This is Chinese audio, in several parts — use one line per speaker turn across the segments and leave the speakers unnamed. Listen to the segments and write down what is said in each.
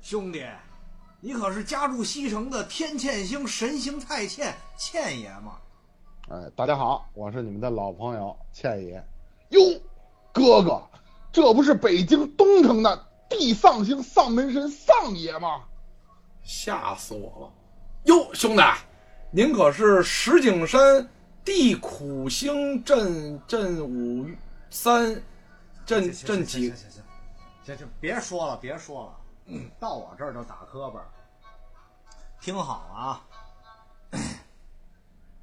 兄弟，你可是家住西城的天堑星神行太欠欠爷吗？
哎，大家好，我是你们的老朋友倩爷。哟，哥哥，这不是北京东城的地丧星丧门神丧爷吗？
吓死我了！哟，兄弟，您可是石景山地苦星镇镇五三镇
行
镇
行
几
行行行行行，别说了，别说了，
嗯
到我这儿就打磕巴儿。听好了啊，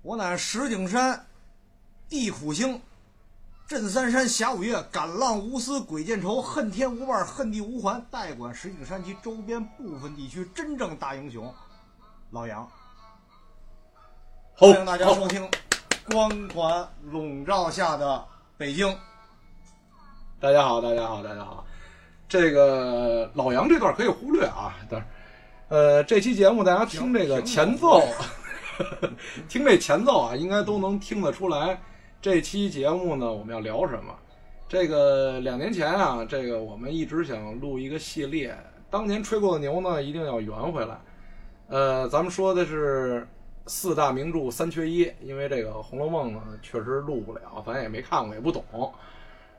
我乃石景山地苦星，镇三山侠五岳，敢浪无私鬼见愁，恨天无伴恨地无还，代管石景山及周边部分地区真正大英雄，老杨。
好哦
欢迎大家
好
收听光环笼罩下的北京。
大家好，大家好，大家好。这个老杨这段可以忽略啊，但是呃，这期节目大家听这个
行
前奏， 听这前奏啊，应该都能听得出来。这期节目呢，我们要聊什么？这个两年前啊，这个我们一直想录一个系列，当年吹过的牛呢，一定要圆回来。呃，咱们说的是四大名著三缺一，因为这个《红楼梦》呢，确实录不了，咱也没看过，也不懂。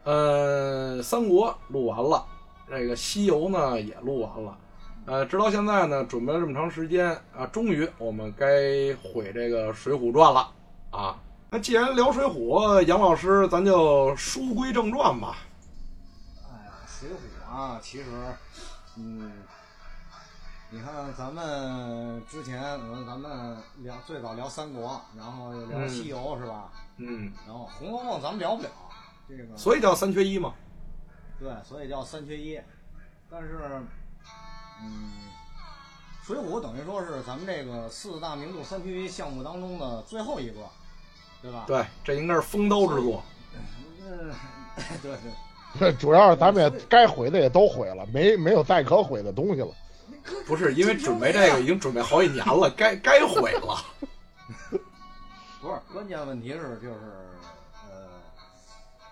呃，三国录完了，这个西游呢也录完了，呃，直到现在呢，准备了这么长时间啊，终于我们该毁这个《水浒传》了啊。那既然聊《水浒》，杨老师，咱就书归正传吧。
哎呀，《水浒》啊，其实，嗯，你看咱们之前，嗯，咱们聊最早聊三国，然后又聊
嗯
西游、是吧？
嗯，
然后《红楼梦》咱们聊不了，这个
所以叫三缺一嘛。
对，所以叫三缺一。但是，嗯，《水浒》等于说是咱们这个四大名著三缺一项目当中的最后一个，对吧？
对，这应该是风刀之作。
嗯， 对对。
主要是咱们也该毁的也都毁了，没没有再可毁的东西了。
不是啊因为准备这个已经准备好几年 了，该该毁了。
不是，关键问题是就是，呃，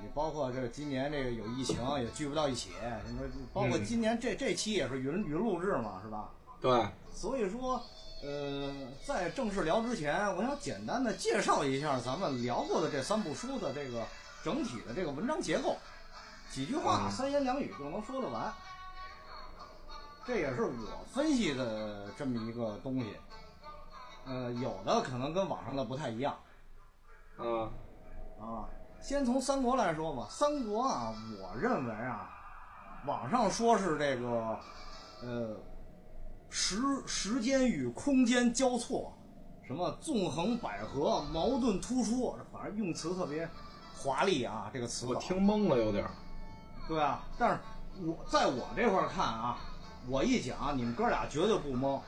你包括这今年这个有疫情也聚不到一起，什么包括
嗯
今年这这期也是云云录制嘛，是吧？
对，
所以说，呃，在正式聊之前，我想简单的介绍一下咱们聊过的这三部书的这个整体的这个文章结构，几句话、
嗯
三言两语就能说得完。这也是我分析的这么一个东西，呃，有的可能跟网上的不太一样。
嗯
啊，先从三国来说吧。三国啊，我认为啊，网上说是这个，呃，时时间与空间交错，什么纵横捭阖、矛盾突出，反正用词特别华丽啊，这个词
我
藻
听懵了有点儿。
对啊，但是我在我这块儿看啊，我一讲，你们哥俩绝对不懵。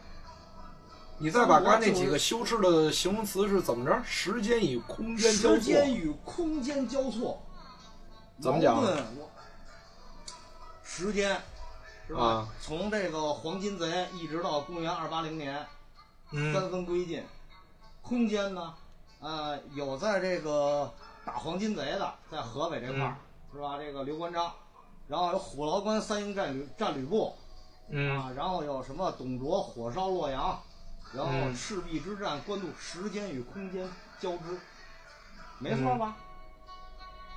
你再把刚才那几个羞耻的形容词是怎么着？时间与空间交
时间
错。
与空间交错，
怎么讲啊
矛盾我时间是吧？
啊
从这个黄金贼一直到公元二八零年
嗯
三分归晋，空间呢，呃，有在这个打黄金贼的，在河北这块儿、
嗯
是吧？这个刘关张，然后有虎牢关三英战吕战吕布，
嗯，
啊，然后有什么董卓火烧洛阳，然后
嗯
赤壁之战，官渡时间与空间交织，没错吧？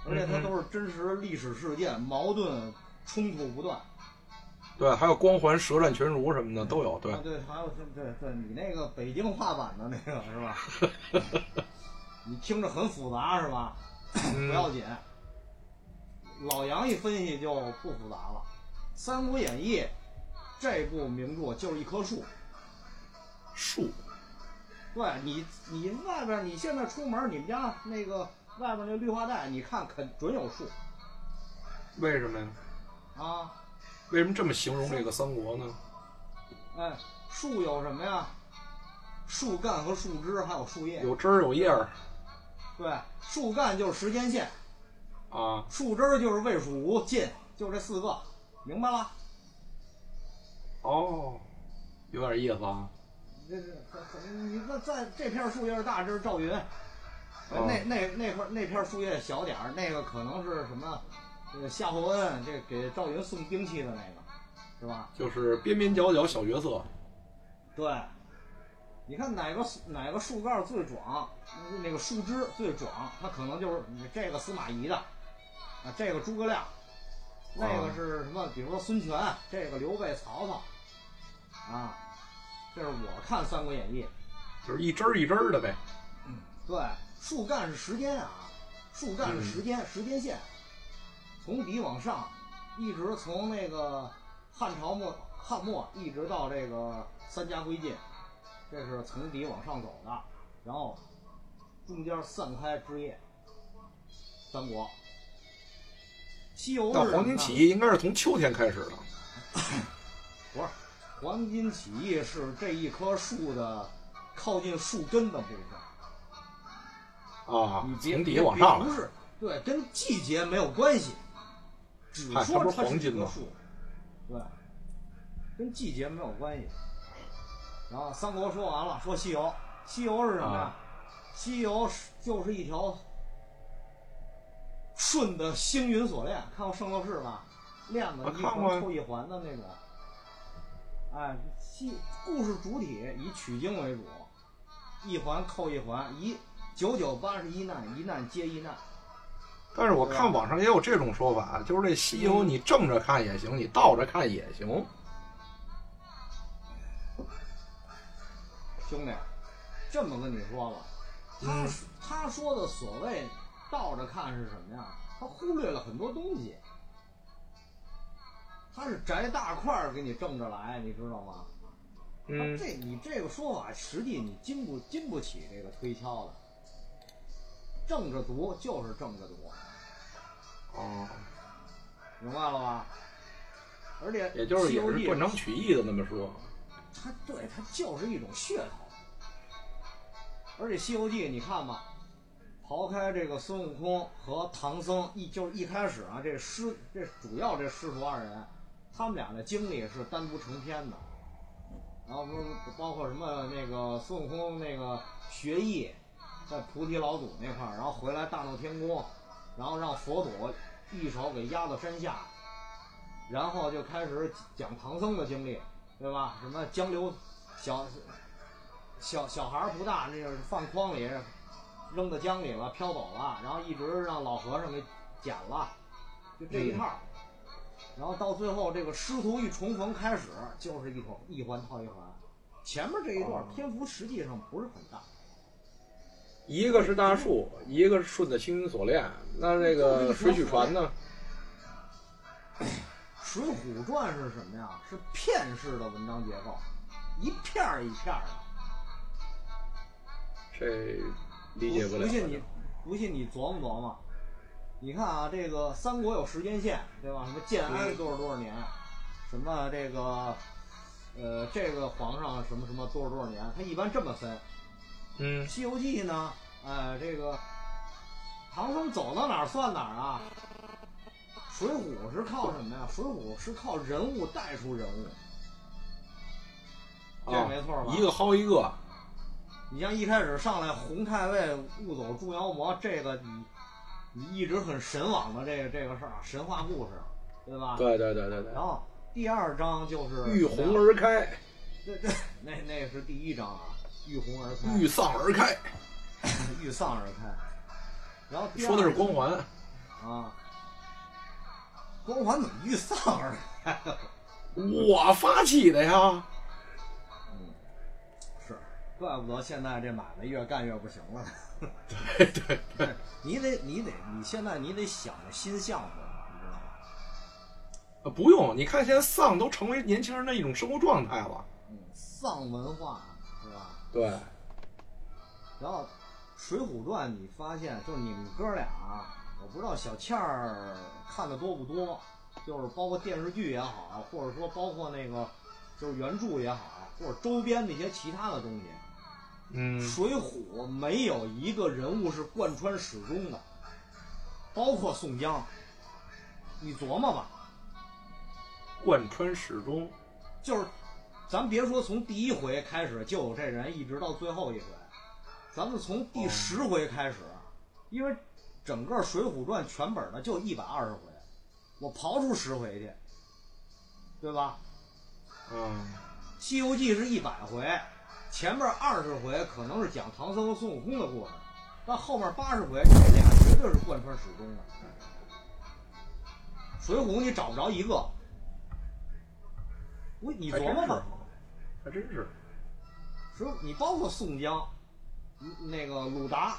而且它
嗯嗯嗯
都是真实历史事件，矛盾冲突不断。
对，还有光环、舌战群儒什么的都有。对
啊，，对，还有什么？对对，你那个北京话版的那个是吧？ 你听着很复杂是吧？不要
嗯，
紧，老杨一分析就不复杂了，《三国演义》这部名著就是一棵树。
树
对你，你外边儿你现在出门儿，你们家那个外边儿那绿化带，你看肯准有树
为什么呀？
啊！
为什么这么形容这个三国呢？
哎，树有什么呀？树干和树枝，还有树叶。
有枝儿有叶儿
对，树干就是时间线，
啊，
树枝儿就是魏、蜀、吴、晋，就这四个，明白了？
哦，有点意思啊。
这是这这你那在这片儿树叶儿大，这是赵云。呃
哦
那那那块儿那片儿树叶小点呃儿，那个可能是什么？这个夏侯恩这给赵云送兵器的那个，是吧？
就是边边角角小角色，
对，你看哪个树哪个树干最壮，那个树枝最壮，那可能就是你这个司马懿的，啊，这个诸葛亮，那个是什么？比如说孙权，这个刘备、曹操，啊，这是我看《三国演义》。
就是一针儿一针儿的呗。
嗯对，树干是时间啊，树干是时间、
嗯
时间线，从底往上，一直从那个汉朝末汉末一直到这个三家归晋，这是从底往上走的，然后中间散开枝叶，三国。西游是
但
什
黄
么
巾
呢
起义应该是从秋天开始的，
不是黄巾起义是这一棵树的靠近树根的部分。
啊
你，别
从底下往上
别不
来。
是，对，跟季节没有关系，只
嗨它
说
不是黄
是一
金
棵
吗
树，对，跟季节没有关系。然后三国说完了，说西游，西游是什么呀？
啊
西游是就是一条顺的星云锁链，看过《圣斗士》吧？链子
我
一
看过
环
呀
扣一环的那种。哎，西故事主体以取经为主，一环扣一环，一九九八十一难，一难接一难。
但是我
啊
看网上也有这种说法，就是这西
嗯
游你正着看也行，你倒着看也行。
兄弟，这么跟你说吧，他、他说的所谓倒着看是什么呀？他忽略了很多东西，他是摘大块儿给你正着来，你知道吗？
嗯
他，这你这个说法，实际你经不经不起这个推敲的。正着读就是正着读，
哦，
明白了吧？而且
也就是
西
也
游
是
记
断章取义的那么说。
它对它就是一种噱头。而且《西游记》，你看吧，刨开这个孙悟空和唐僧一就是一开始啊，这师这主要这师徒二人，他们俩的经历是单独成篇的。然后不是包括什么那个孙悟空那个学艺，在菩提老祖那块儿，然后回来大闹天宫，然后让佛祖一手给压到山下，然后就开始讲唐僧的经历，对吧？什么江流小小小孩儿不大，那个放筐里扔到江里了，飘走了，然后一直让老和尚给捡了，就这一套。然后到最后，这个师徒一重逢开始，就是一口一环套一环。前面这一段篇幅实际上不是很大，
一个是大树，一个是顺着星云锁链。那这个水浒传呢？
《水浒传》是什么呀？是片式的文章结构，一片儿一片儿的。
这理解不了。
信你，不信你琢磨琢磨。你看啊，这个三国有时间线，对吧？什么建
嗯
安多少多少年，什么这个，呃，这个皇上什么什么多少多少年，他一般这么分。
嗯
《西游记》呢，呃，这个唐僧走到哪儿算哪儿啊。水浒是靠什么呀？水浒是靠人物带出人物。这
啊
没错吧，啊
一个薅一个。
你像一开始上来红太尉误走猪妖魔，这个你你一直很神往的这个这个事儿，啊神话故事，对吧？。
对对对对对
然。后第二章就是
遇红而开，
对对，那那是第一章啊，遇红而开，
遇丧而开，
遇丧而开。然后第二
说的是光环。
啊，光环怎么遇丧啊而开？嗯
我发起的呀。
是，怪不得现在这买卖越干越不行 了。
对对对，
你得你得你现在你得想着新项目，你知道吗？
呃不用，你看现在丧都成为年轻人的一种生活状态了。
嗯，丧文化是吧？
对，
然后《水浒传》，你发现就是你们哥俩啊，我不知道小倩儿看的多不多，就是包括电视剧也好，或者说包括那个就是原著也好，或者周边那些其他的东西，
嗯
水浒》没有一个人物是贯穿始终的，包括宋江，你琢磨吧，
贯穿始终。
就是咱别说从第一回开始就有这人，一直到最后一回，咱们从第十回开始，啊因为整个《水浒传》全本呢就一百二十回，我刨出十回去，对吧？
嗯
《西游记》是一百回，前面二十回可能是讲唐僧和孙悟空的故事，但后面八十回这俩绝对是贯穿始终的。水浒你找不着一个，我你琢磨吧，
还真是，
水浒你包括宋江，嗯那个鲁达、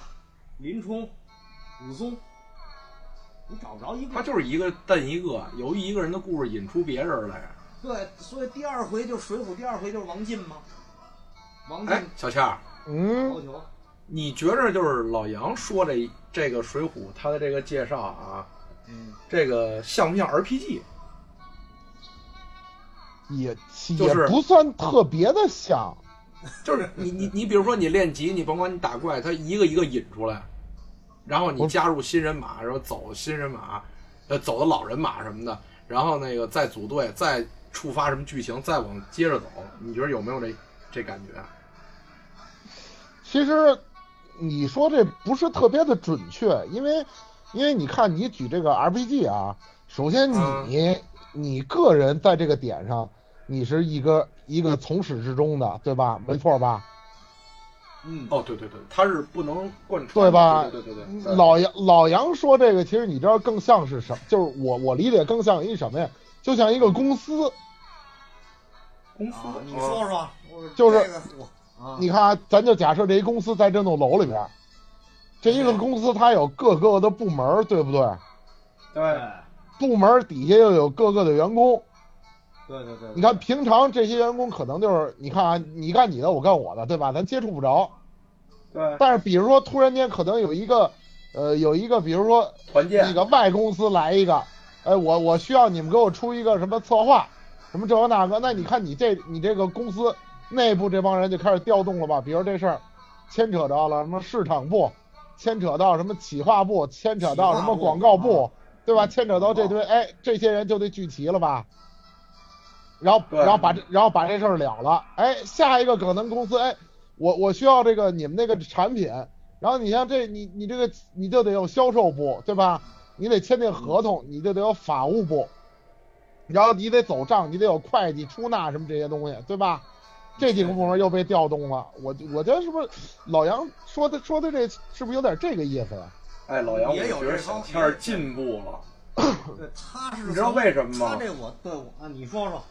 林冲、武松，你找不着一个。
他就是一个瞪一个，由一个人的故事引出别人来。
对，所以第二回就《水浒》，第二回就是王进嘛，王进
哎，小倩儿，
嗯
高俅，
你觉着就是老杨说这这个《水浒》他的这个介绍啊，
嗯，
这个像不像 RPG？
也
就
也
是
不算特别的像，
就是你你你，比如说你练级，你甭管你打怪，他一个一个引出来，然后你加入新人马，然后走新人马，呃，走的老人马什么的，然后那个再组队，再触发什么剧情，再往接着走，你觉得有没有这这感觉啊？
其实你说这不是特别的准确，因为因为你看你举这个 RPG 啊，首先你、你个人在这个点上，你是一个一个从始至终的，对吧？没错吧？
嗯，
哦，对对对，他是不能贯穿，
对吧？
对对对对对，
老杨老杨说这个，其实你知道更像是什就是我我理解更像一什么呀？就像一个公司，
公司
啊，你说说，我
就是
这个我啊，
你看啊，咱就假设这一公司在这栋楼里边儿，这一个公司它有各个的部门儿，对不对？
对，
部门儿底下又有各个的员工，
对对对对，
你看平常这些员工可能就是你看啊，你干你的，我干我的，对吧？咱接触不着。
对，
但是比如说突然间可能有一个，呃，有一个比如说
团建
那个外公司来一个，哎，我我需要你们给我出一个什么策划，什么这个那个，那你看你这你这个公司内部这帮人就开始调动了吧？比如这事儿牵扯到了什么市场部，牵扯到什么企划部，牵扯到什么广告
企划部
部，对吧？
嗯
牵扯到这堆，哎，这些人就得聚齐了吧？然后，
对
然后把这，然后把这事儿了了。哎，下一个可能公司，哎，我我需要这个你们那个产品，然后你像这你你这个你就得有销售部，对吧？你得签订合同，你就得有法务部，然后你得走账，你得有会计、出纳什么这些东西，对吧？这几个部门又被调动了，我我觉得是不是老杨说的说的这是不是有点这个意思呀、啊
哎，老杨，我
也有
觉得
这方
小天儿进步了，
对，他是
你知道为什么吗
他这我对我啊，你说说，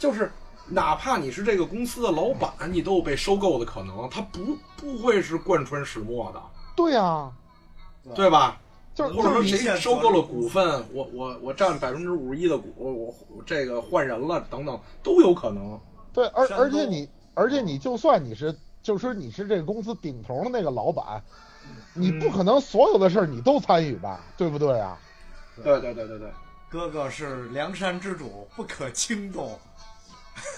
就是哪怕你是这个公司的老板，你都有被收购的可能，他不不会是贯穿始末的，
对呀、
对吧？
就是就
或者
是
说
你
谁
现在
收购了股份，我我我占百分之五十一的股，我我这个换人了等等都有可能。
对，而
山
而且
东
你，而且你就算你是，就是你是这个公司顶头的那个老板，你
嗯
不可能所有的事儿你都参与吧，对不对啊？
对对对对对，
哥哥是梁山之主，不可轻动，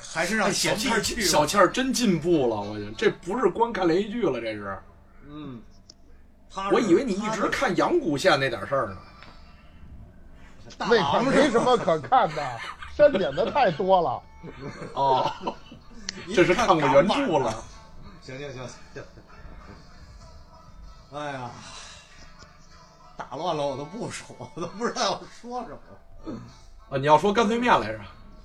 还是让
哎，小
贤
倩
弟
儿
去吧
小倩儿真进步了，我觉得这不是光看雷剧了，这是。
嗯，他是
我以为你一直
他
看阳谷县那点事儿呢。
是大
那可
王
没
是
什
吧
么可看的，删减的太多了。
哦，这是看过原著了。
行行行行。哎呀，打乱了我的部署，我都不知道要说什么。
啊！你要说干脆面来着。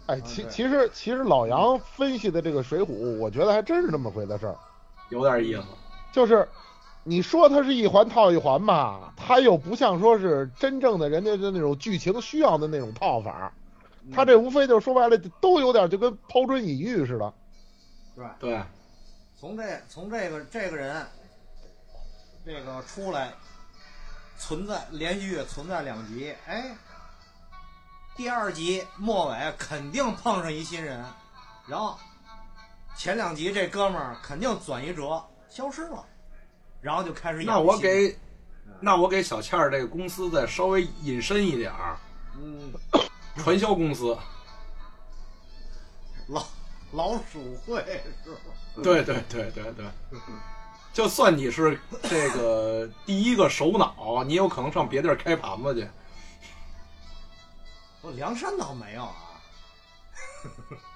哎，其
啊对
其实其实老杨分析的这个《水浒》，我觉得还真是这么回的事儿，
有点意思。
就是。你说它是一环套一环吧，它又不像说是真正的人家的那种剧情需要的那种套法，
嗯
它这无非就是说白了都有点就跟抛砖引玉似的。
对，
对，
从这从这个这个人，这个出来，存在连续存在两集，哎，第二集末尾肯定碰上一新人，然后前两集这哥们儿肯定转一折消失了，然后就开始演
那我
新人
给，那我给小倩儿这个公司再稍微引申一点儿，
嗯
传销公司。
老老鼠会是吧？
嗯
对对对对对，就算你是这个第一个首脑，你有可能上别地儿开盘子去。
我梁山倒没有啊，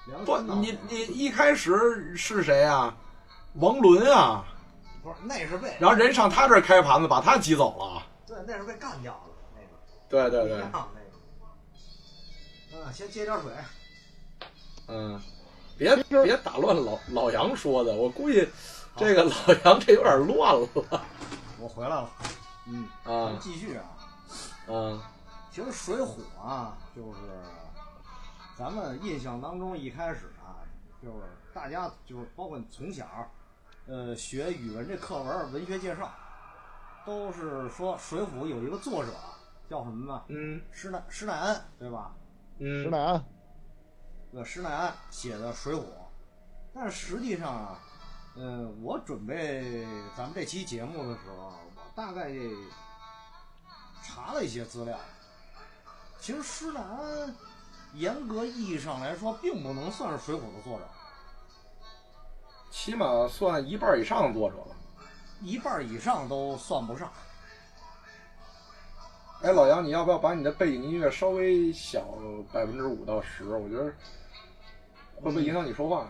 梁
不，
山倒没有
你你一开始是谁啊？王伦啊，
不是那是被
然后人上他这儿开盘子，把他挤走了。
对那是被干掉了那个。
对对
不一
对
样，那个。嗯，先接点水。
嗯，别
其实
别打乱老老杨说的，我估计这个老杨这有点乱了
我回来了，嗯，咱们
啊
继续啊。
啊
其实水浒啊，就是咱们印象当中一开始啊，就是大家就是包括你从小，呃，学语文这课文文学介绍，都是说水浒有一个作者叫什么呢？
嗯
施耐施耐庵，对吧？
石
嗯
乃安，
呃，施耐庵写的《水浒》，但是实际上啊，呃，我准备咱们这期节目的时候啊，我大概查了一些资料。其实施耐庵严格意义上来说，并不能算是《水浒》的作者，
起码算一半以上作者了。
一半以上都算不上。
哎，老杨，你要不要把你的背景音乐稍微小百分之五到十？我觉得会不会影响你说话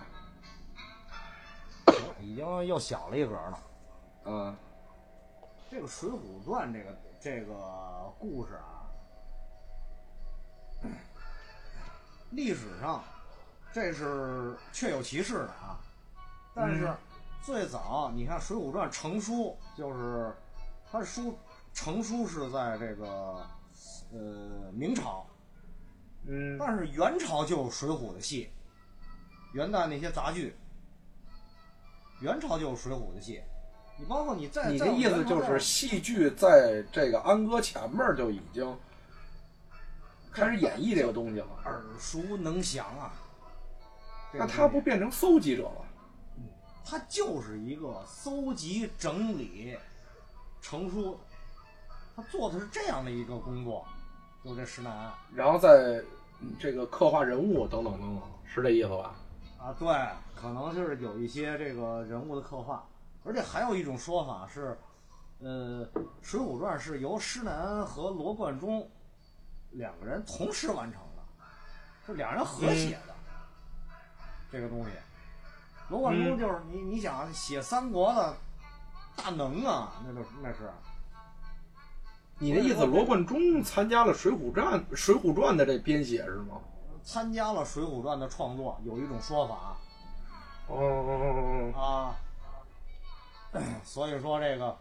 已经又小了一格了。
啊？
这个《水浒传》这个这个故事啊，历史上这是确有其事的啊。但是
嗯
最早，你看《水浒传》成书就是它书成书是在这个呃明朝，
嗯
但是元朝就有《水浒》的戏，元代那些杂剧，元朝就有《水浒》的戏。你包括你在
你的意思就，
在
是戏剧在这个安哥前面就已经开始演绎这个东西了，
耳熟能详啊。这个
那他不变成搜集者了？
它就是一个搜集、整理、成书，他做的是这样的一个工作，就这石南案
然后在这个刻画人物等等等等，是这意思吧？
啊，对，可能就是有一些这个人物的刻画，而且还有一种说法是，呃，《水浒传》是由施耐庵和罗贯中两个人同时完成的，是两人合写的、这个东西。罗贯中就是、你，你想写三国的大能啊，那就是那是。
你的意思，罗贯中参加了水浒传《水浒传》的这编写是吗？
参加了《水浒传》的创作，有一种说法
哦哦
啊，所以说这个《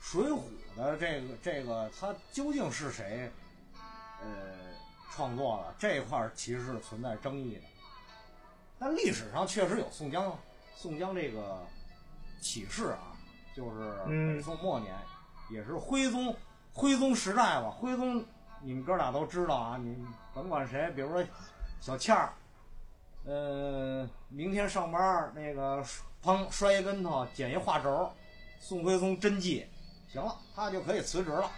水浒》的这个这个它究竟是谁，呃，创作的这一块儿其实是存在争议的。但历史上确实有宋江，宋江这个起事啊，就是
嗯
北宋末年，也是徽宗徽宗时代吧。徽宗你们哥俩都知道啊，你甭管谁，比如说小倩儿，呃，明天上班儿那个砰摔一跟头，捡一画轴，宋徽宗真迹，行了，他就可以辞职了，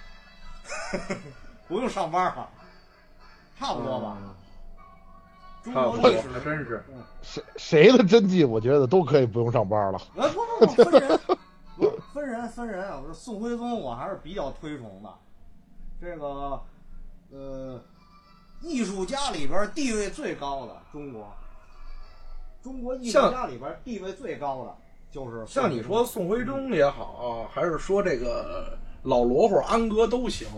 不用上班了，差
哦
不多吧。
嗯
中
差
国
不
历
多，
史嗯
还真是。
谁谁的真迹，我觉得都可以不用上班了。
呃，不不 不，分人，不分人分人啊！我说宋徽宗，我还是比较推崇的。这个，呃，艺术家里边地位最高的中国，中国艺术
像
家里边地位最高的就是
像你说宋徽宗也好，还是说这个老罗或者安哥都行。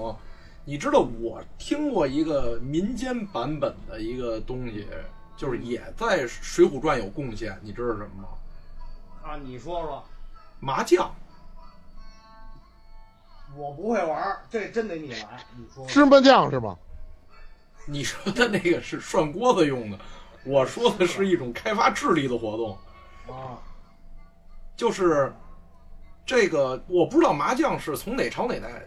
你知道我听过一个民间版本的一个东西，就是也在《水浒传》有贡献，你知道是什么吗？
啊，你说说，
麻将。
我不会玩儿，这真得你来， 你说说
芝麻酱是吗？
你说的那个是涮锅子用的，我说的是一种开发智力的活动，
啊？
就是这个我不知道麻将是从哪朝哪代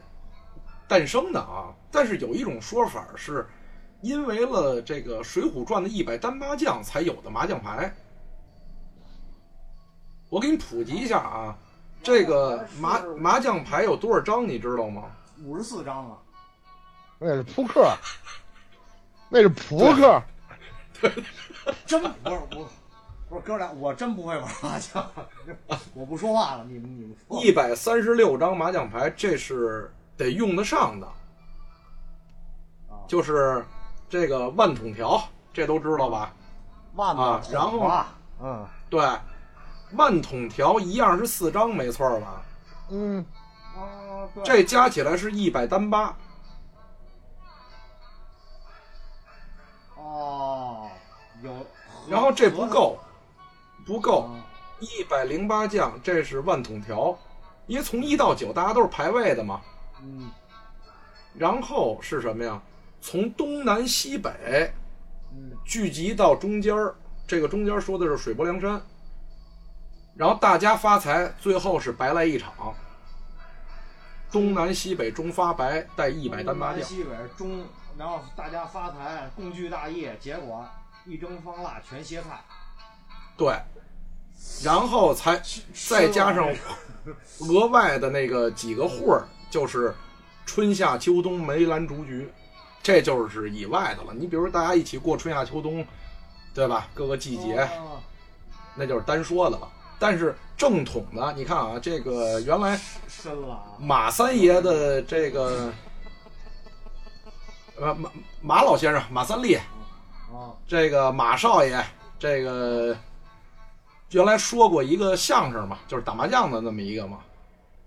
诞生的啊，但是有一种说法是，因为了这个《水浒传》的一百单八将才有的麻将牌。我给你普及一下啊，这个麻麻将牌有多少张你知道吗？
五十四章啊，
那是扑克，那是扑克。
真不是我，不是哥俩，我真不会玩麻将， 我不说话了，你们你们说
一百三十六张麻将牌，这是得用得上的。
啊，
就是这个万筒条，这都知道吧？
万
啊
吧，
然后
啊，嗯。
对，万筒条一样是四张，没错儿吧？
嗯，
啊，对，
这加起来是一百单八，
哦，有，哦
然后这不，够，不够
啊
一百零八将，这是万筒条，因为从一到九大家都是排位的嘛。
嗯
然后是什么呀？从东南西北
嗯
聚集到中间儿，这个中间儿说的是水泊梁山。然后大家发财，最后是白来一场。东南西北中发白带一百单八
东南
将，
西北中，然后大家发财，共聚大业，结果一蒸方腊全歇菜，
对，然后才再加上额外的那个几个户儿，就是春夏秋冬梅兰竹菊，这就是以外的了。你比如大家一起过春夏秋冬，对吧？各个季节，
啊
那就是单说的了。但是正统的，你看啊，这个原来
深了啊，
马三爷的这个，呃马马老先生马三立，
啊
这个马少爷，这个原来说过一个相声嘛，就是打麻将的那么一个嘛，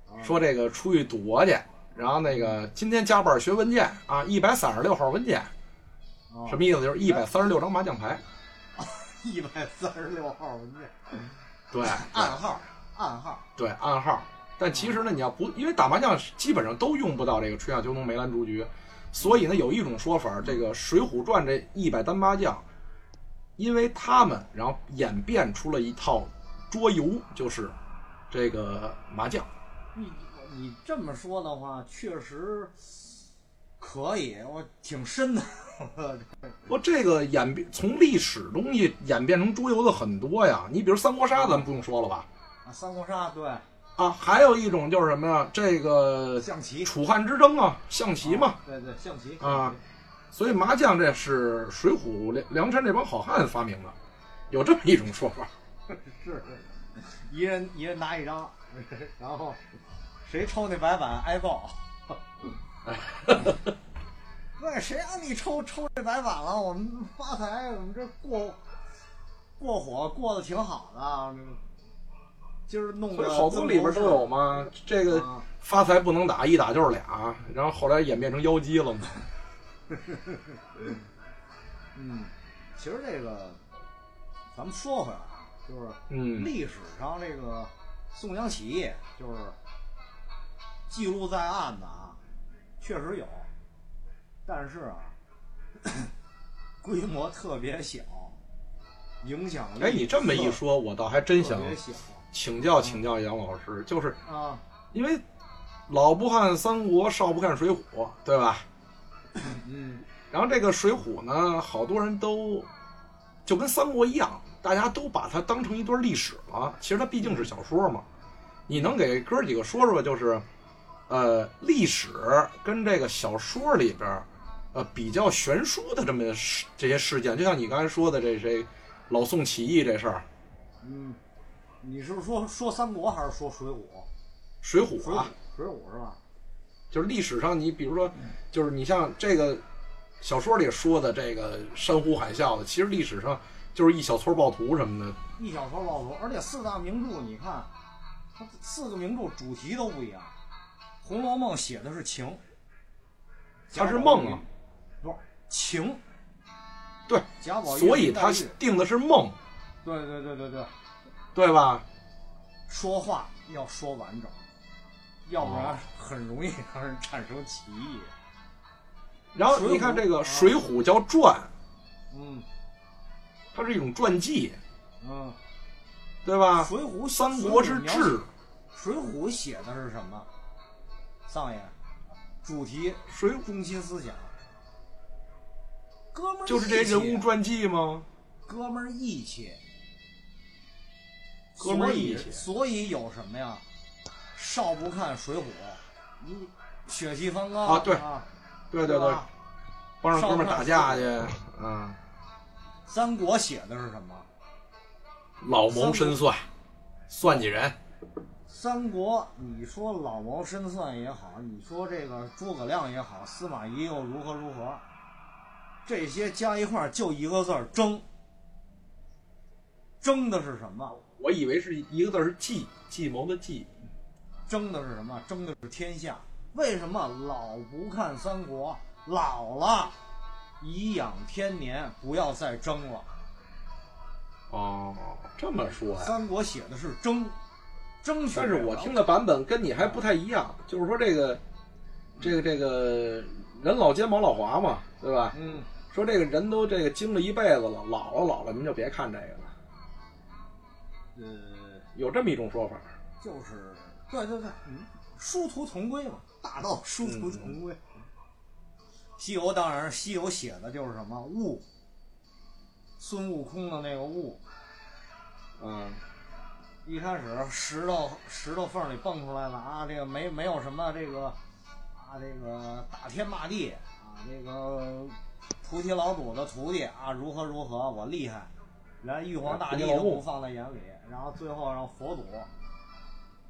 哦
说这个出去赌博去，然后那个今天加班学文件啊，一百三十六号文件，
啊
什么意思？就是一百三十六张麻将牌。
一百三十六号文件，
对，
暗号暗号，
对暗号。但其实呢，你要不因为打麻将基本上都用不到这个春夏秋冬梅兰竹菊，所以呢有一种说法，这个《水浒传》这一百单八将，因为他们然后演变出了一套桌游，就是这个麻将。
你你这么说的话，确实可以，我挺深的，
我这个演变从历史东西演变成桌游的很多呀，你比如三国杀，咱不用说了吧？
啊，三国杀对，
啊，还有一种就是什么呀？这个
象棋，
楚汉之争啊，象棋呃嘛。
哦对对，象棋
啊，所以麻将这是《水浒》梁梁山这帮好汉发明的，有这么一种说法。
是， 一人一人拿一张， 然后谁抽那白板挨 揍。那谁让你抽抽这白板了？我们发财，我们这过过火过得挺好的。啊今儿弄
所以
个
好多里边都有嘛，这
这
个发财不能打，一打就是俩，然后后来演变成妖姬了嘛。
嗯，其实这个咱们说回来啊，就是
嗯，
历史上这个宋江起义，就是记录在案的啊，确实有，但是啊， 规模特别小，影响力
哎，你这么一说，我倒还真
特
想
别小
请教请教杨老师，就是
啊，
因为老不看三国，少不看水浒，对吧？
嗯
然后这个《水浒》呢，好多人都就跟三国一样，大家都把它当成一段历史了。其实它毕竟是小说嘛。你能给哥几个说说，就是呃，历史跟这个小说里边儿呃比较悬殊的这么事这些事件，就像你刚才说的这这老宋起义这事儿，
嗯，你是说说三国还是说水浒？
《水浒》
水浒
啊，
水浒是吧？
就是历史上你比如说，
嗯
就是你像这个小说里说的这个山呼海啸的，其实历史上就是一小撮暴徒什么的。
一小撮暴徒，而且四大名著，你看，它四个名著主题都不一样，《红楼梦》写的是情，
它是梦啊，
不是情，
对，
贾宝玉，
所以他
林黛玉
定的是梦，
对对对对对，
对吧？
说话要说完整，要不
哦
然 很容易让人产生歧义。
然后
水浒
你看这个
啊
《水浒》叫传，
嗯
它是一种传记，
嗯，
对吧？
水浒
三国
水浒
是
描写
志，
水浒写的是什么？上爷，主题
水浒
中心思想，哥们儿
就是这些人物传记吗？
哥们儿义气，
哥们儿义气
所以所以有什么呀？少不看《水浒》，你血气方刚
啊对
啊
对对对，
吧
帮着哥们儿
少
打
看
架去
水，
嗯，
三国写的是什么？
老谋深算，算计人，
三国，你说老谋深算也好，你说这个诸葛亮也好，司马懿又如何如何，这些加一块儿就一个字儿争。争的是什么？
我以为是一个字儿是计，计谋的计，
争的是什么？争的是天下。为什么老不看三国？老了，颐养天年，不要再争了。
哦，这么说呀、
三国写的是争，争取。
但是我听的版本跟你还不太一样，就是说这个，这个这个人老肩膀老滑嘛，对吧？
嗯，
说这个人都这个经历一辈子了，老了老了，您就别看这个了，
呃，
有这么一种说法。
就是对对对，嗯，殊途同归嘛，大道殊
嗯
途同归。西游当然，西游写的就是什么悟，孙悟空的那个悟，
嗯，
一开始石头石头缝里蹦出来了啊，这个没没有什么这个啊这个大天骂地啊这个菩提老祖的徒弟啊如何如何我厉害，连玉皇大帝都不放在眼里，然后最后让佛祖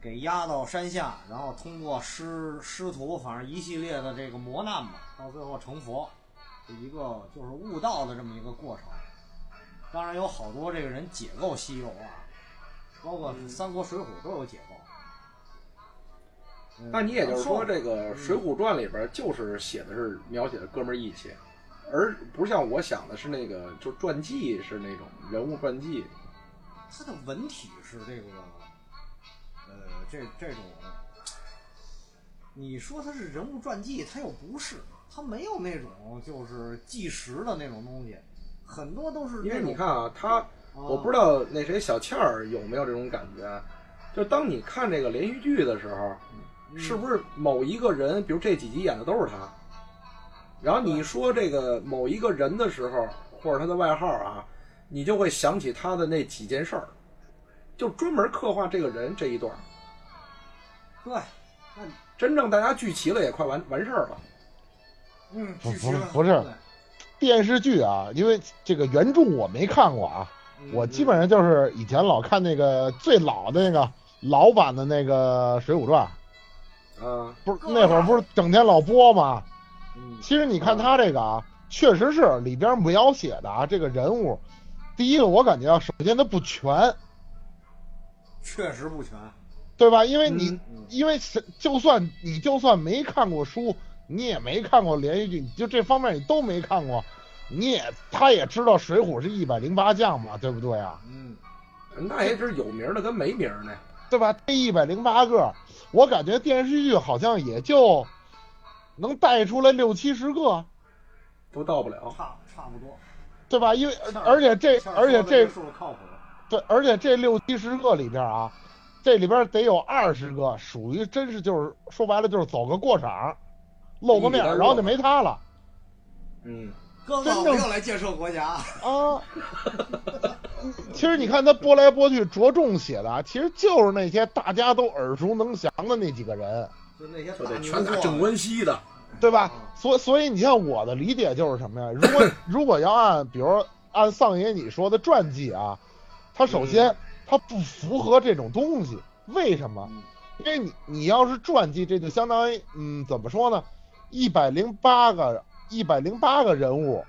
给压到山下，然后通过师师徒反正一系列的这个磨难吧，到最后成佛，这一个就是悟道的这么一个过程。当然有好多这个人解构西游啊，包括
嗯
三国、水浒都有解构。嗯
那你也就是说，
咱
这个《水浒传》里边就是写的是描写的哥们儿义气，而不是像我想的是那个，就是传记是那种人物传记。
它的文体是这个，呃，这这种，你说它是人物传记，它又不是，它没有那种就是纪实的那种东西，很多都是
因为
那种
你看，啊，他
啊
我不知道那谁小倩儿有没有这种感觉，就当你看这个连续剧的时候，是不是某一个人，比如这几集演的都是他，然后你说这个某一个人的时候，或者他的外号啊，你就会想起他的那几件事儿，就专门刻画这个人这一段儿。
对，
真正大家聚齐了，也快完完事儿了。
嗯，
不
纪
不
实
是
吧
不是
对
电视剧啊，因为这个原著我没看过啊，
嗯
我基本上就是以前老看那个最老的那个老版的那个《水浒传》，
啊，
不是
够了
那会儿不是整天老播吗？
嗯
其实你看他这个啊，确实是里边描写的啊这个人物，第一个我感觉啊，首先他不全，
确实不全，
对吧？因为你、
嗯
嗯
因为是就算你就算没看过书，你也没看过连续剧，你就这方面你都没看过，你也他也知道《水浒》是一百零八将嘛，对不对啊？
嗯，
那也就是有名儿的跟没名儿的。
对吧？这一百零八个，我感觉电视剧好像也就能带出来六七十个，
都到不了。
差差不多。
对吧？因为
是
而且这
像
而
说
且
的
这
个数靠谱，
对，而且这六七十个里边啊，这里边得有二十个属于真是就是说白了就是走个过场，露个面，然后就没他了
嗯，
哥哥
真
我
正
们又来建设国家，
啊。其实你看他拨来拨去，着重写的啊，其实就是那些大家都耳熟能详的那几个人，
就那些
就
大
得
牛
全打
货
镇关西的。
对吧？所所以你像我的理解就是什么呀？如果 如果要按比如按丧爷你说的传记啊，它首
嗯
先它不符合这种东西，为什么？
嗯
因为你你要是传记，这就相当于嗯怎么说呢？一百零八个一百零八个人物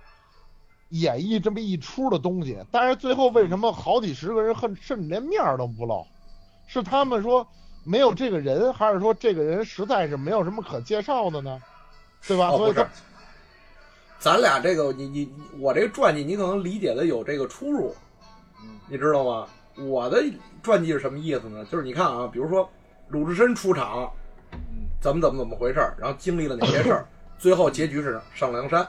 演绎这么一出的东西，但是最后为什么好几十个人恨甚至连面儿都不露？是他们说没有这个人，还是说这个人实在是没有什么可介绍的呢？对吧？
哦，
所
不
以他
是，咱俩这个你你你我这个传记，你可能理解的有这个出入，
嗯
你知道吗？我的传记是什么意思呢？就是你看啊，比如说鲁智深出场，
嗯
怎么怎么怎么回事儿，然后经历了哪些事儿，最后结局是上梁山。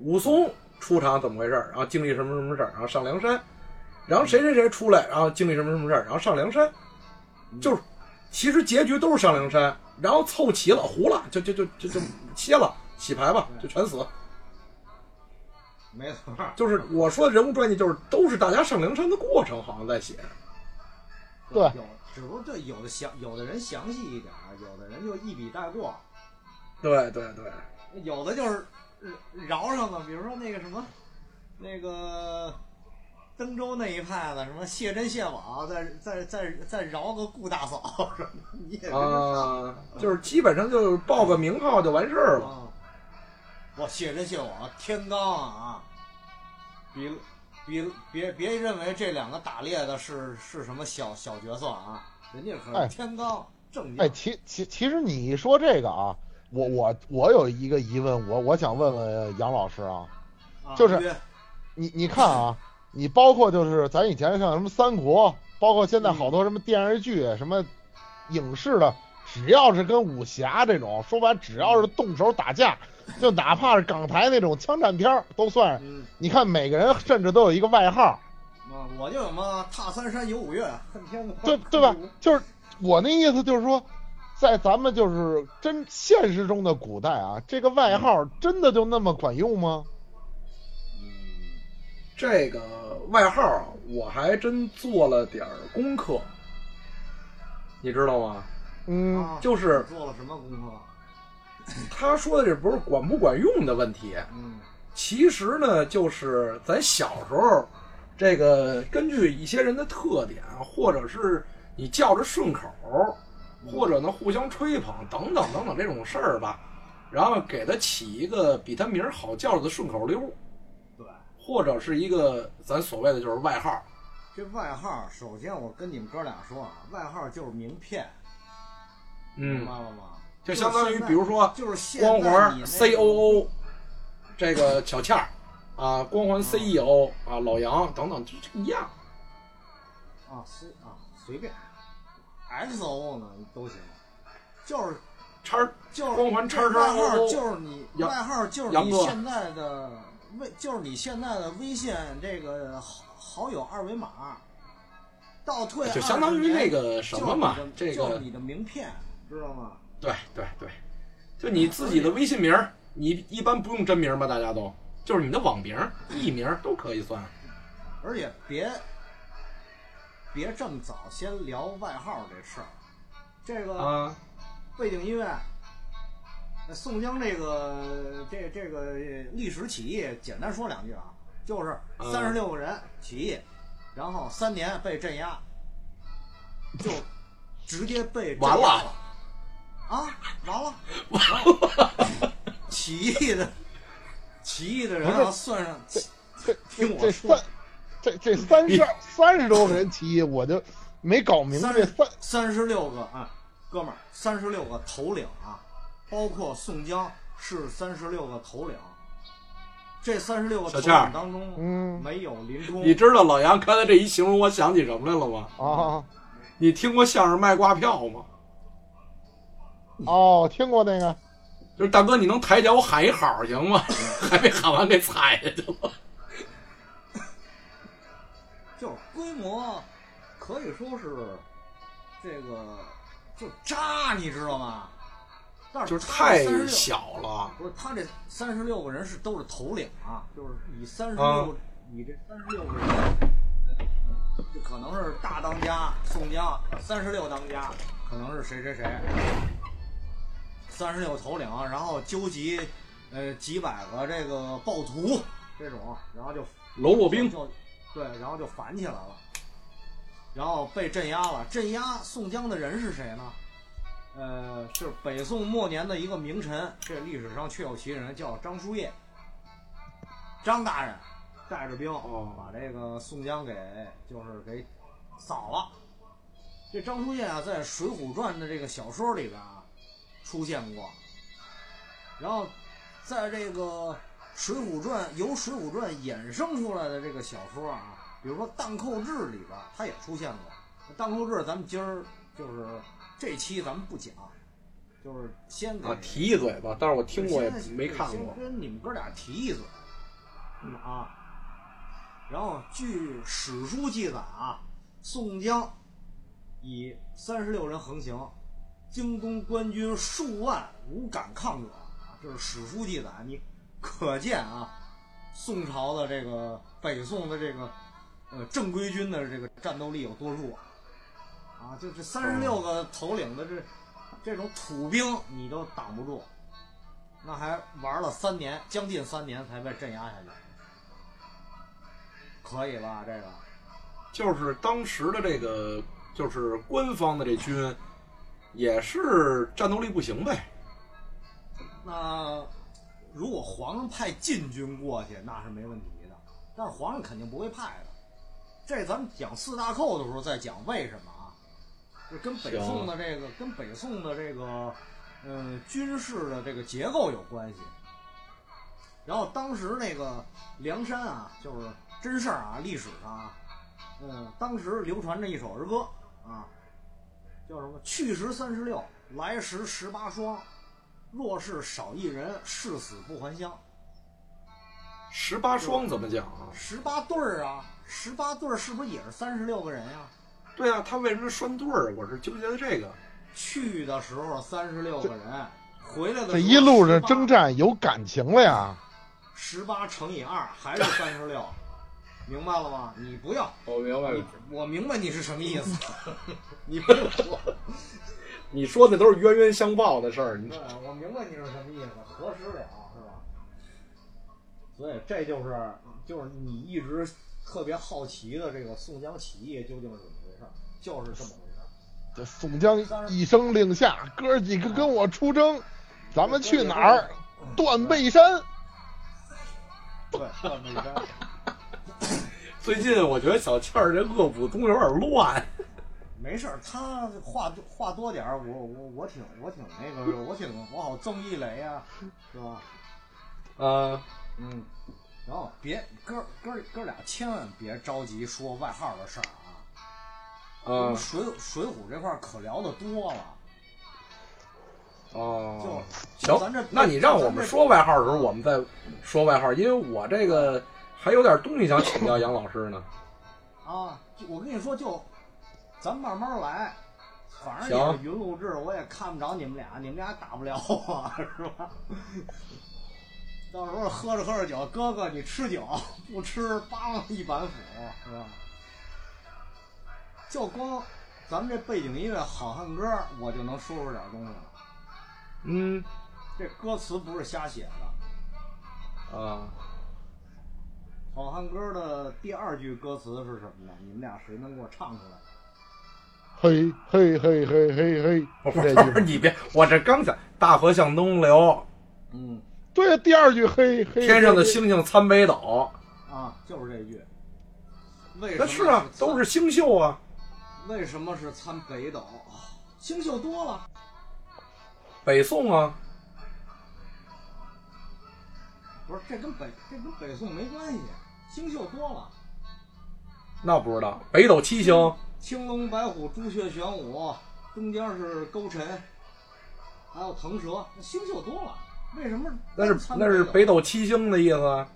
武松出场怎么回事儿，然后经历什么什么事儿，然后上梁山。然后谁谁谁出来，然后经历什么什么事儿，然后上梁山。就是其实结局都是上梁山，然后凑齐了糊了，就就就就就歇了，洗牌吧，就全死。
没错 儿，
就是我说的人物传记，就是都是大家上梁山的过程，好像在写。
对
有只不过这有的详，有的人详细一点儿，有的人就一笔带过，
对对对，
有的就是呃饶上了，比如说那个什么，那个登州那一派的，什么谢珍、谢网，再再再再饶个顾大嫂什么的，你也真是
啊，就是基本上就是报个名号就完事儿了。
啊我谢珍、谢网、天罡啊，比比别别认为这两个打猎的是是什么小小角色啊，人家可
哎
是天罡正
哎，
经，
其其其实你说这个啊，我我我有一个疑问，我我想问问杨老师啊，
啊
就是
约
你你看啊，你包括就是咱以前像什么三国，包括现在好多什么电视剧、什么影视的，只要是跟武侠这种，说白，只要是动手打架，就哪怕是港台那种枪战片儿，都算是。
嗯，
你看每个人甚至都有一个外号，
啊，我就什么踏三山游五岳，恨天 啊高，
对对吧？
嗯
就是我那意思就是说，在咱们就是真现实中的古代啊，这个外号真的就那么管用吗？
嗯，
这个外号啊我还真做了点儿功课，你知道吗？
嗯，
啊
就是
做了什么功课？
他说的这不是管不管用的问题，
嗯
其实呢，就是咱小时候，这个根据一些人的特点，或者是你叫着顺口，或者呢互相吹捧等等等等这种事儿吧，然后给他起一个比他名儿好叫的顺口溜，
对，
或者是一个咱所谓的就是外号。
这外号，首先我跟你们哥俩说啊，外号就是名片，明
嗯
白，了吗？
就相当
就是
于
现在
比如说
就是现在
光
你那
环 COO，这个小倩儿啊，光
嗯
环 CEO 啊，老杨等等，就这一样。
啊，随啊随便，XO 呢都行，就是
叉儿
就是
光环叉叉
外号
OO
就是你
杨
外号就是
杨
你
哥
现在的微就是你现在的微信这个好好友二维码，倒退
就相当于
20年
那个什么嘛
啊就是你的
这个
就是你的名片，知道吗？
对对对，就你自己的微信名儿，你一般不用真名吧？大家都就是你的网名儿、艺名儿都可以算。
而且别别这么早先聊外号这事儿，这个
啊，
背景音乐。呃宋江这个这这个历史起义，简单说两句啊，就是
嗯
三十六个人起义，然后三年被镇压，就直接被镇压
完了
了啊，完了，
完了，
起义的起义的人
不
啊，
是
算上
这
听
这
我
这
说
三这这三十三十多个人起义，我就没搞明白
三
这三
三十六个啊，哥们儿，三十六个头领啊，包括宋江是三十六个头领。这三十六个头
小倩儿
领当中，
嗯
没有林冲，
你知道老杨刚才这一形容，我想起什么来了吗？
啊
你听过相声卖挂票吗？
嗯
哦，听过那个
就是大哥，你能抬脚我喊一好行吗？ 还没喊完给踩下去了。
就是规模可以说是这个就渣，你知道吗？但
就是
他
太
这36
小了，
不是他这三十六个人是都是头领啊，就是以三十
啊
六，以这三十六个人，就可能是大当家宋江，三十六当家可能是谁谁谁，三十六头领，然后纠集呃几百个这个暴徒这种，啊然后就
喽啰兵
就对，然后就反起来了，然后被镇压了。镇压宋江的人是谁呢？呃，是北宋末年的一个名臣，这历史上确有其人，叫张叔夜。张大人带着兵
哦
把这个宋江给就是给扫了。这张叔夜啊，在《水浒传》的这个小说里边啊出现过，然后在这个《水浒传》由《水浒传》衍生出来的这个小说啊，比如说《荡寇志》里边，它也出现过。《荡寇志》咱们今儿就是这期咱们不讲，就是先给、
啊，提一嘴吧，但是我听过也没看过
先。跟你们哥俩提一嘴，嗯啊。然后据史书记载啊，宋江以三十六人横行，惊动官军数万，无敢抗者啊。这是史书记载，你可见啊，宋朝的这个北宋的这个呃正规军的这个战斗力有多弱啊！就这三十六个头领的这这种土兵，你都挡不住，那还玩了三年，将近三年才被镇压下去，可以吧？这个
就是当时的这个，就是官方的这军，也是战斗力不行呗。
那如果皇上派禁军过去，那是没问题的，但是皇上肯定不会派的。这咱们讲四大寇的时候再讲为什么啊？就跟北宋的这个跟北宋的这个呃军事的这个结构有关系。然后当时那个梁山啊，就是真事儿啊，历史上啊，嗯，当时流传着一首儿歌啊，叫什么“去时三十六，来时十八双，若是少一人，誓死不还乡”。
十八双怎么讲啊？
十八对儿啊，十八对儿是不是也是三十六个人呀、
对啊，他为什么拴对儿？我是纠结的这个。
去的时候三十六个人，回来的时候
这一路
是
上征战有感情了呀。
十八乘以二还是三十六，明白了吗？你不要，
我明白
你我明白你是什么意 思，你不用说，
你说的都是冤冤相报的事儿，你
对，我明白你是什么意思，何时了是吧？所以这就是就是你一直特别好奇的这个宋江起义究竟是怎么回事儿，就是这么回事儿。
这宋江一声令下，哥儿几个跟我出征，咱们去哪儿？断背山。
嗯对，断背山。
最近我觉得小倩儿这恶补东西有点乱。
没事儿，他话多话多点儿，我我我挺我挺那个，我挺我好郑一雷呀、是吧？
呃，
嗯，然后别哥哥哥俩千万别着急说外号的事儿啊，
呃，
水水浒这块儿可聊的多了，
哦
就，就咱这
啊行，那你让我们说外号的时候，我们再说外号，因为我这个还有点东西想请教杨老师呢。
啊，就我跟你说，就咱慢慢来，反正也是
行
云录制，我也看不着你们俩，你们俩打不了我， 是吧？到时候喝着喝着酒，哥哥你吃酒不吃，扒拉一板斧，是吧？就光咱们这背景音乐《好汉歌》，我就能说出点东西了。
嗯，
这歌词不是瞎写的，
啊，
《好汉歌》的第二句歌词是什么呢？你们俩谁能给我唱出来？
嘿嘿嘿嘿嘿嘿，
不
是
是
这
不
句
是，
吗。
你别，我这刚想，大河向东流，
嗯，
对，啊第二句嘿嘿。
天上的
嘿
星星参北斗，
啊，就是这一句。为什
那
么
是啊，都是星宿啊。
参为什么是参北斗？哦星宿多了，
北宋啊，
不是这跟北这跟北宋没关系，星宿多了，
那不知道，北斗七星，
青龙白虎朱雀玄武，中间是勾陈，还有腾蛇，星宿多了，为什么
那是
参
那是
斗
北斗七星的意思啊。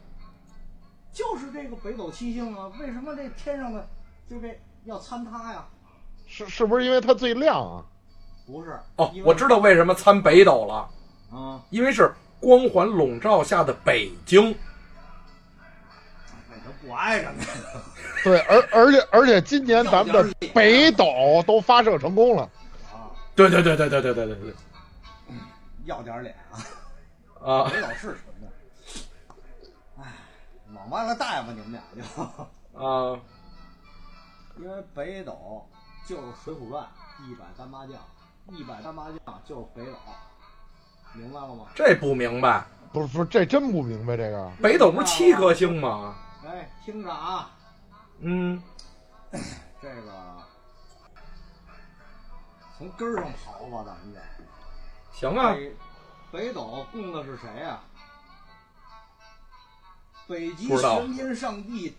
就是这个北斗七星啊，为什么这天上的就这要参他呀？
是是不是因为它最亮啊？
不是
哦
因，为
我知道为什么参北斗了，
啊，
因为是光环笼罩下的北京。
那就不挨着呢。
对，而而且而且今年咱们
要点
的
脸
北斗都发射成功了，
啊，
对对对对对对对对对。
要点脸啊，
啊
北斗是什么呢？哎，往歪了带吧，你们俩就。
啊，
因为北斗就是《水浒传》一百单八将，一百单八将就是北斗，明白了吗？
这不明白，
不是不是，这真不明白这个。
北斗不是七颗星吗？
哎，听着啊，
嗯，
这个从根儿上刨吧，咱们就。
行啊，
北北斗供的是谁呀、北极
不知道
玄天上帝，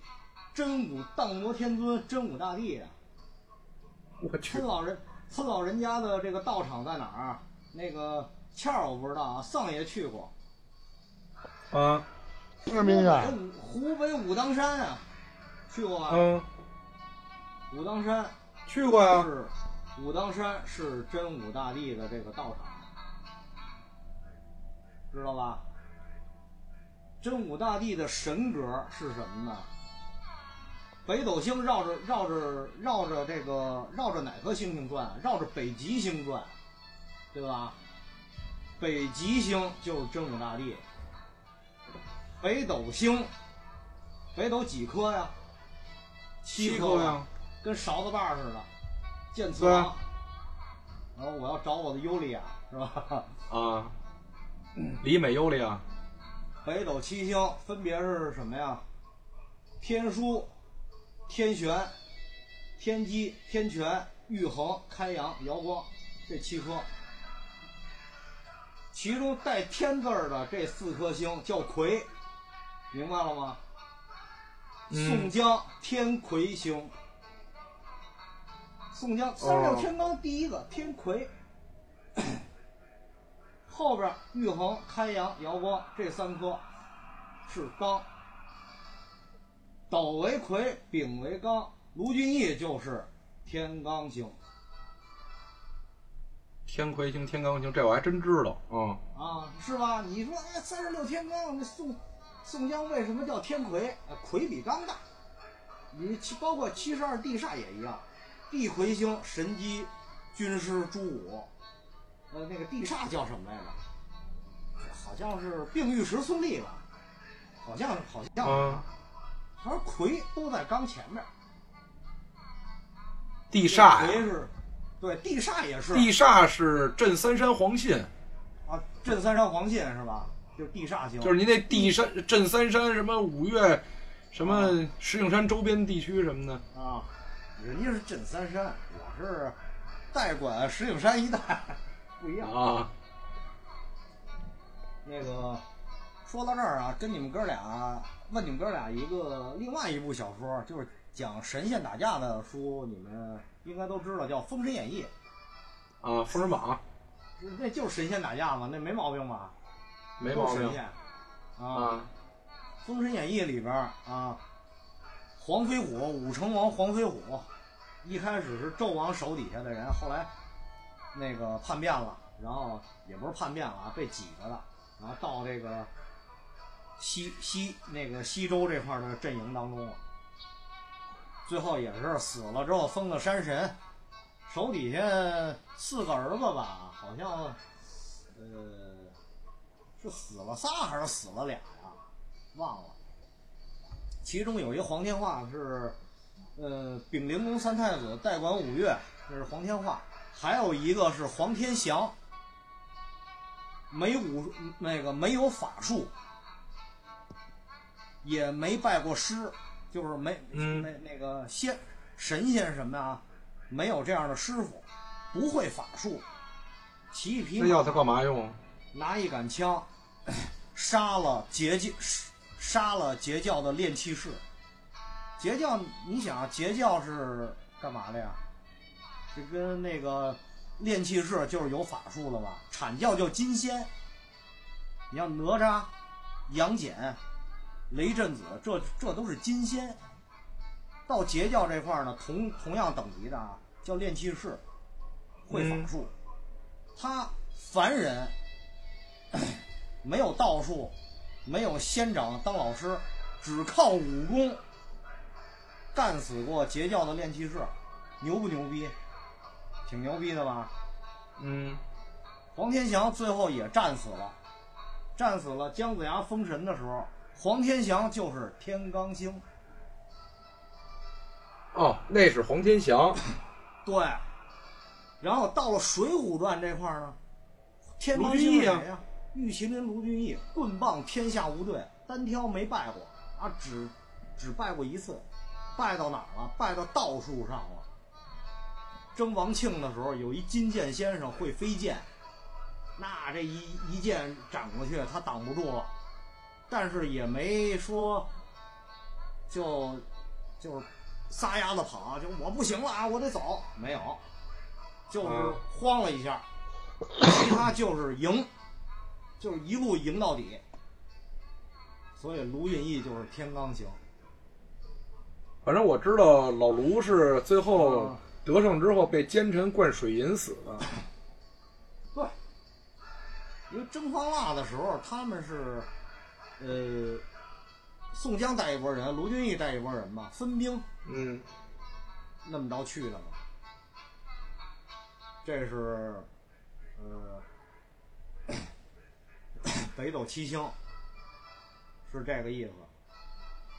真武荡魔天尊，真武大帝呀、啊
我去
他，老人他老人家的这个道场在哪儿？啊那个倩儿我不知道啊，丧爷去过。
啊，
是明
湖
白
北，武湖北武当山啊，去过吧？
嗯，
武当山
去过呀，
是武当山是真武大帝的这个道场，知道吧？真武大帝的神格是什么呢？北斗星绕着绕着绕着这个绕着哪颗星星转？绕着北极星转，对吧？北极星就是真武大帝，北斗星，北斗几颗呀？七颗
过
吧
呀，
跟勺子把儿似的，剑刺
对
王
啊。
然后我要找我的尤里娅，是吧？
啊，李美优里啊，
北斗七星分别是什么呀？天枢、天璇、天机、天权、玉衡、开阳、瑶光，这七颗。其中带“天”字儿的这四颗星叫魁，明白了吗？宋江、天魁星。宋江三十六天罡第一个、天魁， 后边玉衡、开阳、姚光这三颗是刚，斗为魁，丙为刚，卢俊义就是天罡星
天魁星、天罡星，这我还真知道。嗯，
啊，是吧？你说哎，三十六天罡，那宋宋江为什么叫天魁？呃魁比刚大，你其包括七十二地煞也一样，地魁星、神机、军师朱武，呃，那个地煞叫什么来着？好像是并玉石孙俪吧？好像好像，
啊，
好像魁都在刚前面。
地
地
煞
魁
呀，
是，对，地煞哎也是
地煞是镇三山黄信，
啊，镇三山黄信是吧？就是地煞星，
就是你那地山镇三山什么五岳，什么石景山周边地区什么的。
啊，人家是镇三山，我是代管石景山一带，不一样。
啊，
那个说到这儿啊，跟你们哥俩问你们哥俩一个另外一部小说，就是讲神仙打架的书，你们应该都知道，叫《封神演义
啊，封神榜》，
那就是神仙打架嘛，那没毛病吧？
没毛
都是神
病
仙啊，
啊，
《封神演义》里边儿啊，黄飞虎，武成王黄飞虎，一开始是纣王手底下的人，后来那个叛变了，然后也不是叛变了啊，被挤着了，然后到这个西西那个西周这块儿的阵营当中了，最后也是死了之后封了山神，手底下四个儿子吧，好像呃是死了仨还是死了俩呀、忘了。其中有一黄天化是，呃，丙灵公三太子代管五岳，这是黄天化；还有一个是黄天祥，没武那个没有法术，也没拜过师，就是没、
嗯
那那个仙神仙什么啊，没有这样的师傅，不会法术，骑一匹
那
马
要它干嘛用？啊
拿一杆枪， 杀了截教，杀了截教的练气士。截教，你想啊，截教是干嘛的呀？这跟那个练气士就是有法术了吧？阐教叫金仙，你像哪吒、杨戬、雷震子，这这都是金仙。到截教这块儿呢，同同样等级的啊，叫练气士，会法术。他凡人没有道术，没有仙长当老师，只靠武功干死过截教的练气士，牛不牛逼？挺牛逼的吧？
嗯，
黄天祥最后也战死了，战死了。姜子牙封神的时候，黄天祥就是天罡星。
哦，那是黄天祥。
对，然后到了《水浒传》这块儿呢，天罡
卢俊
星
义
是
啊
谁呀？玉麒麟卢俊义，棍棒天下无对，单挑没败过啊，只只败过一次，败到哪儿了？败到道术上了。争王庆的时候，有一金剑先生会飞剑，那这一一剑斩过去，他挡不住了，但是也没说就就是撒丫子跑，就我不行了啊，我得走，没有，就是
嗯
慌了一下，其他就是赢，就是一路赢到底。所以卢俊义就是天罡星，
反正我知道老卢是最
啊
后得胜之后被奸臣灌水银死的。
对，因为蒸方腊的时候，他们是，呃，宋江带一拨人，卢俊义带一拨人嘛，分兵
嗯，
那么着去的嘛。这是，呃， 北斗七星是这个意思。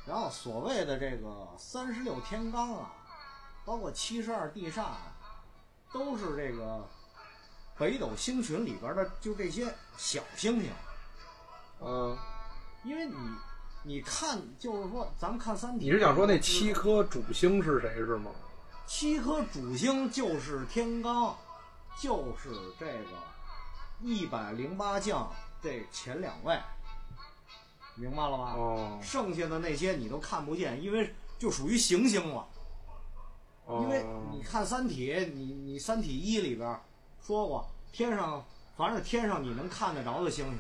然后所谓的这个三十六天罡啊，包括七十二地煞啊，都是这个北斗星群里边的就这些小星星。
呃，
因为你，你看，就是说，咱们看《三体》，
你是想说那
嗯
七颗主星是谁是吗？
七颗主星就是天罡，就是这个一百零八将这前两位，明白了吧？
哦
剩下的那些你都看不见，因为就属于行星了。
哦，
因为你看《三体》，你你《三体一》里边说过，天上反正天上你能看得着的星星，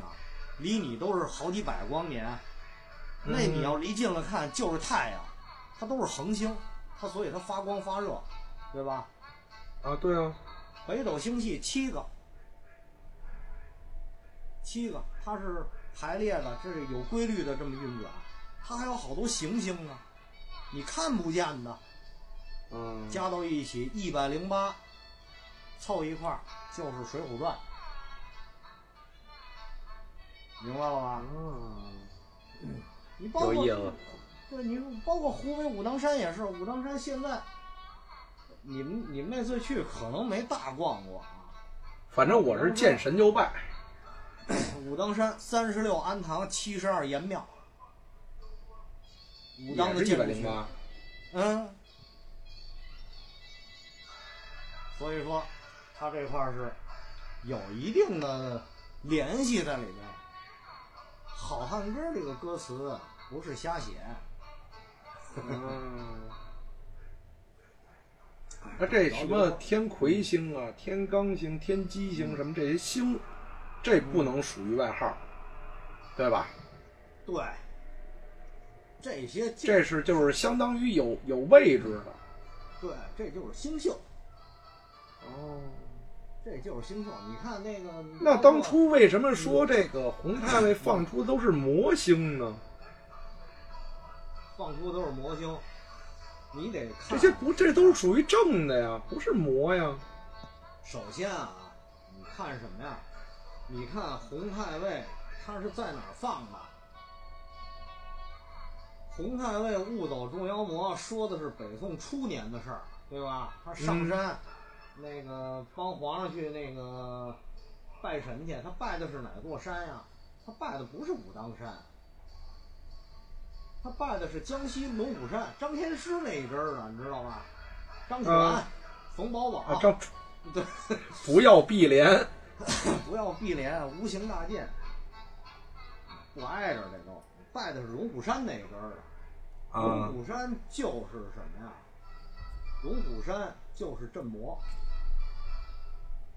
离你都是好几百光年。
嗯
那你要离近了看，就是太阳，它都是恒星，它所以它发光发热，对吧？
啊，对啊，
北斗星系七个，七个，它是排列的，这是有规律的这么运转。它还有好多行星呢，你看不见的，
嗯，
加到一起一百零八，凑一块儿就是《水浒传》，明白了吧？
啊，
你包括
有意思，
对，你说包括湖北武当山也是，武当山现在，你们你们那次去可能没大逛过啊。
反正我是见神就拜，
武当山三十六庵堂，七十二岩庙。武当的
一
建
百
筑
零
群，
八，
嗯。所以说，它这块儿是有一定的联系在里边。好汉歌这个歌词不是瞎写，
嗯， 那这什么天魁星啊、天罡星、天机星什么这些星，这不能属于外号，对吧？
对，这些就
这是就是相当于有有位置的。
对，这就是星宿，
哦，
这就是星宿。你看那个，
那当初为什么说这个红太尉放出都是魔星呢？
放出都是魔星，你得看
这些不，这都是属于正的呀，不是魔呀。
首先啊，你看什么呀？你看红太尉他是在哪儿放的？红太尉误走众妖魔说的是北宋初年的事儿，对吧？他上
嗯
山，那个帮皇上去那个拜神去，他拜的是哪座山呀？他拜的不是武当山，他拜的是江西龙虎山，张天师那一支儿的，你知道吧？张全、
啊
冯宝宝、
啊，张
对，
不要碧莲。
不要碧莲，啊无形大剑，不挨着这都拜的是龙虎山那一根儿的。龙
啊
虎山就是什么呀？龙虎山就是镇魔，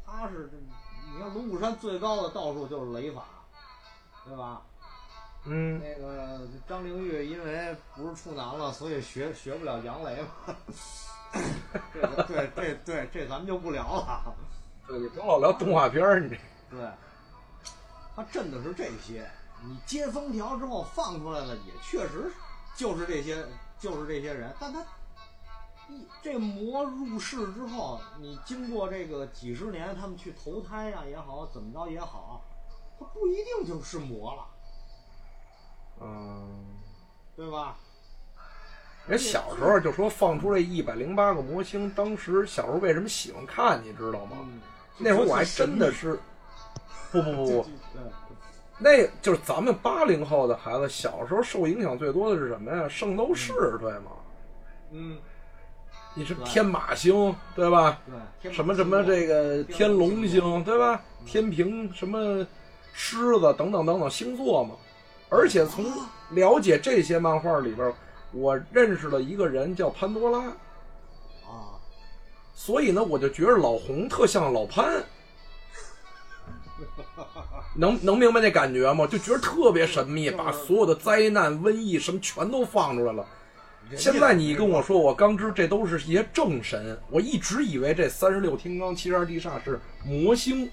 它是这你看龙虎山最高的道术就是雷法，对吧？
嗯，
那个张灵玉因为不是处男了，所以学学不了杨雷嘛。 这个对对对，这咱们就不聊了。
对，你甭老聊动画片儿，你这
对，他震的是这些。你接封条之后放出来的也确实就是这些，就是这些人。但他一这魔入世之后，你经过这个几十年，他们去投胎呀、也好，怎么着也好，他不一定就是魔了，
嗯，
对吧？
人小时候就说放出这一百零八个魔星，当时小时候为什么喜欢看，你知道吗？
嗯，
那会儿我还真的是，不不不
就
不
就，对
那就是咱们八零后的孩子，小时候受影响最多的是什么呀？圣斗士，对吗？
嗯，
你是
对
天马星，对吧？
对，天马
什么什
行
么
空
这个天龙
天龙
星，嗯对吧？天平什么狮子等等等等星座嘛。而且从了解这些漫画里边，我认识了一个人叫潘多拉，
啊，
所以呢，我就觉得老红特像老 潘。能能明白那感觉吗？就觉得特别神秘，把所有的灾难、瘟疫什么全都放出来了。
人家
现在你跟我说，我刚知这都是一些正神，我一直以为这三十六天罡、七十二地煞是魔星。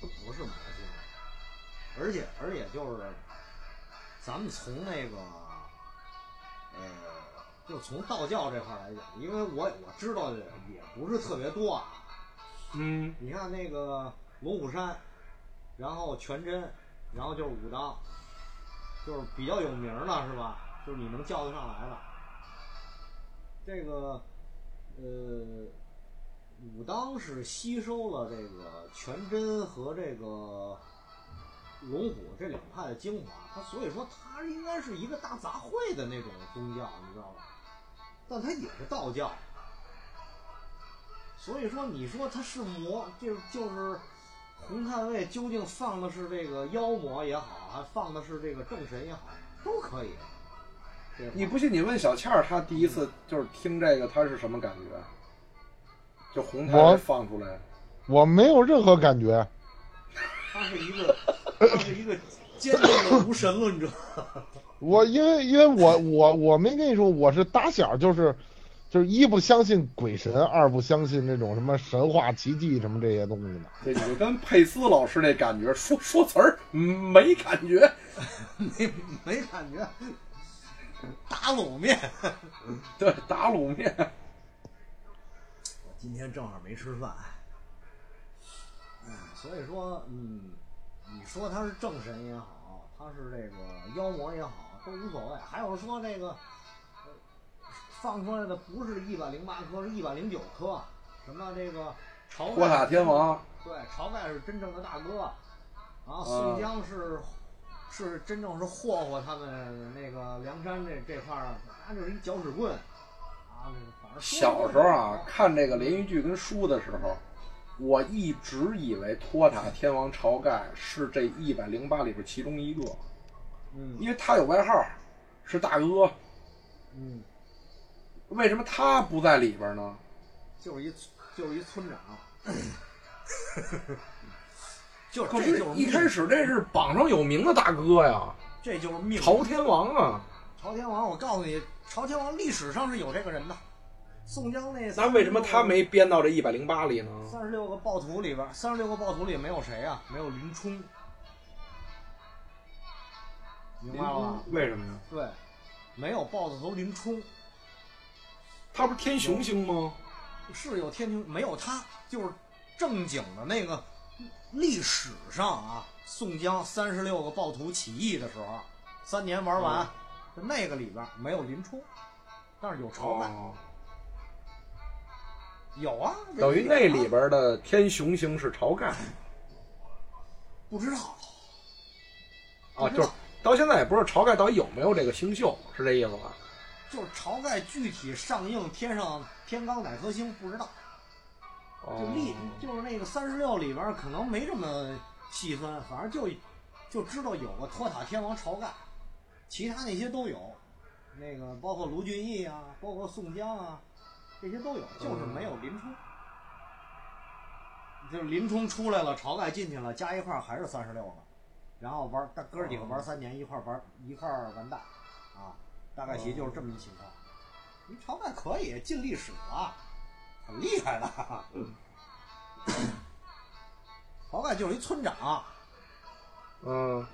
不是魔性，而且而且就是，咱们从那个，呃，就从道教这块儿来讲，因为我我知道的也不是特别多啊。
嗯
你看那个龙虎山，然后全真，然后就是武当，就是比较有名儿的是吧？就是你能叫得上来的。这个，呃，武当是吸收了这个全真和这个龙虎这两派的精华，它所以说它应该是一个大杂烩的那种宗教，你知道吧？但它也是道教，所以说你说它是魔，就就是红探卫究竟放的是这个妖魔也好，还放的是这个正神也好，都可以。这
你不信？你问小倩儿，她第一次就是听这个，她是什么感觉？就红
我
台放出来，
我没有任何感觉。
他是一个，他是一个坚定的无神论者。
我因为因为我我我没跟你说，我是打小就是就是一不相信鬼神，二不相信那种什么神话奇迹什么这些东西的。
这你就跟佩斯老师那感觉，说说词儿嗯没感觉，
没没感觉，打卤面。
对，打卤面。
我今天正好没吃饭，嗯，所以说，嗯，你说他是正神也好，他是这个妖魔也好，都无所谓。还有说这个、呃放出来的不是一百零八颗，是一百零九颗，什么这个晁盖
火塔天 王，
对，晁盖是真正的大哥，啊，宋江是是真正是霍霍他们那个梁山这这块儿，他就是一搅屎棍，啊，反正说
小时候啊，看这个连续剧跟书的时候，我一直以为托塔天王晁盖是这一百零八里边其中一个，
嗯
因为他有外号，是大哥。
嗯，
为什么他不在里边呢？
就是一就是一村 长，就是
可
这
是
就是，
一
命
开始这是榜上有名的大哥呀，
这就是命。
晁天王啊。
朝天王，我告诉你，朝天王历史上是有这个人的。宋江那
那为什么他没编到这一百零八里呢？
三十六个暴徒里边儿，三十六个暴徒里没有谁啊？没有林冲，明白了吧？
为什么呀？
对，没有豹子头林冲，
他不是天雄星吗？
是有天庭，没有他，就是正经的那个历史上啊，宋江三十六个暴徒起义的时候，啊三年玩完，那个里边儿没有林冲，但是有晁盖，
嗯哦，
有啊，
等于那里
边。
边的天雄星是晁盖
不知道，
啊，就是到现在也不知道晁盖到底有没有这个星宿，是这意思吧？
就是晁盖具体上映天上天罡哪颗星不知道，就
哦，
历就是那个三十六里边儿可能没这么细分，反正就就知道有个托塔天王晁盖，其他那些都有，那个包括卢俊义啊，包括宋江啊，这些都有，就是没有林冲。就是林冲出来了，晁盖进去了，加一块儿还是三十六个，然后玩儿大哥儿几个玩儿三年，一块儿玩儿一块儿完蛋，啊，大概其就是这么一情况。你晁盖可以进历史啊，很厉害的。晁盖就是一村长，
嗯，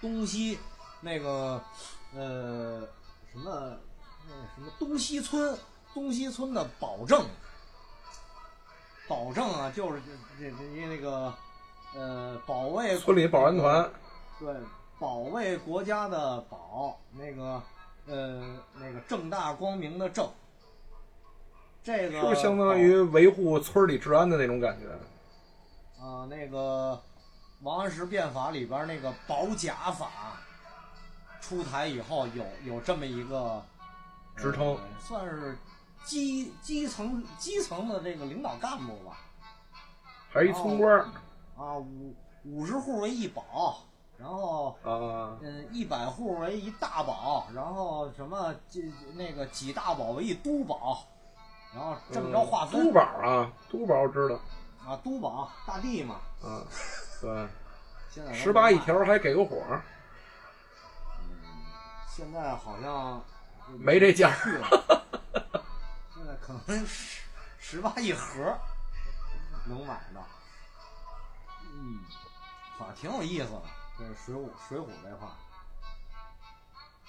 东西那个呃什么那个什么东西村，东西村的保证，保证啊，就是这这这那个呃保卫
村里保安团，
对保卫国家的保那个呃那个正大光明的正，这个
是不是相当于维护村里治安的那种感觉？
啊、那个王安石变法里边那个保甲法出台以后有，有这么一个
职称
呃算是基基层基层的这个领导干部吧。
还是一村官儿
啊，五五十户为一保，然后
啊？
嗯一百户为一大保，然后什么几那个几大保为一都保，然后这么着划分、
嗯都宝啊，都宝我知道
啊都保大地嘛，
啊，对，
现在
十八一
条。
条还给个火儿，
现在好像就
没这价儿
去 了，现在可能十十八一盒能买到，嗯，反正挺有意思的，这《水浒》《水浒》这块儿。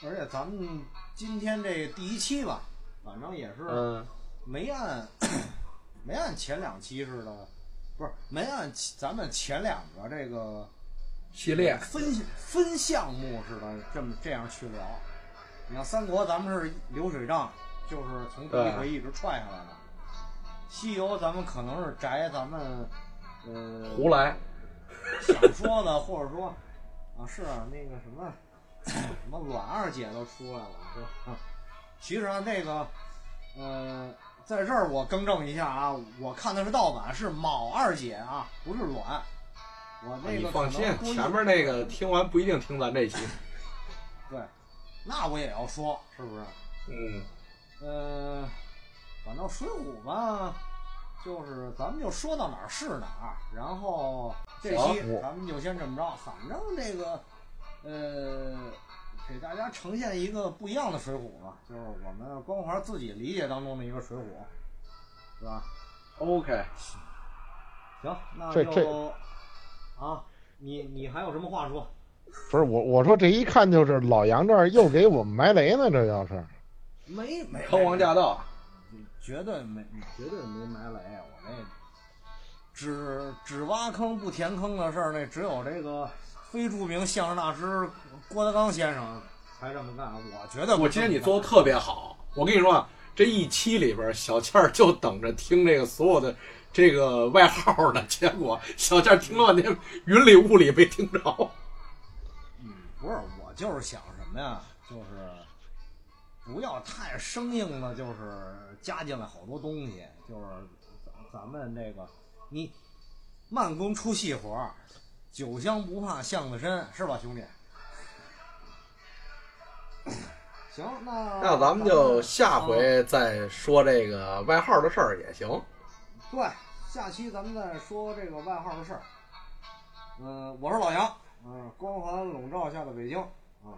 而且咱们今天这第一期吧，反正也是
嗯，
没按 没按前两期似的，不是没按其咱们前两个这个
系列
分分项目似的，这么这样去聊。你看三国，咱们是流水账，就是从第一回一直踹下来的。西游，咱们可能是摘咱们呃
胡来，
想说的， 或者说啊是啊那个什么什么阮二姐都出来了，是吧？其实啊那个呃，在这儿我更正一下啊，我看的是盗版，是卯二姐啊，不是阮，我那
你
个
放
可
心
能，估计
前面那个听完不一定听咱这期。
对，那我也要说，是不是？
嗯，
呃，反正《水浒》吧，就是咱们就说到哪儿是哪儿，然后这期
行
咱们就先这么着，反正这个呃，给大家呈现一个不一样的《水浒》吧，就是我们光华自己理解当中的一个《水浒》，是吧？
OK，
行，那
这
就
这
啊，你你还有什么话说？
不是我，我说这一看就是老杨这儿又给我们埋雷呢，这要是
没没
坑王驾到，
绝对没，绝对没埋雷。我那只只挖坑不填坑的事儿，那只有这个非著名相声大师郭德纲先生才这么干。我觉得
我今天你做的特别好，我跟你说啊，这一期里边小倩儿就等着听这个所有的这个外号呢，结果小倩儿听了半天云里雾里没听着。
不是，我就是想什么呀，就是不要太生硬的，就是加进来好多东西，就是咱咱们这个你慢工出细活儿，酒香不怕巷子深，是吧，兄弟？ 行，那
那咱们就下回再说这个外号的事儿也行。
对下期咱们再说这个外号的事儿。嗯、我是老杨，嗯、光环笼罩下的北京啊，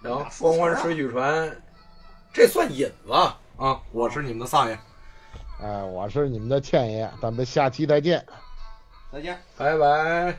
然后光环水浒传，这算引子啊！啊我是你们的撒爷，
哎，我是你们的倩爷，咱们下期再见。
再见。
拜拜。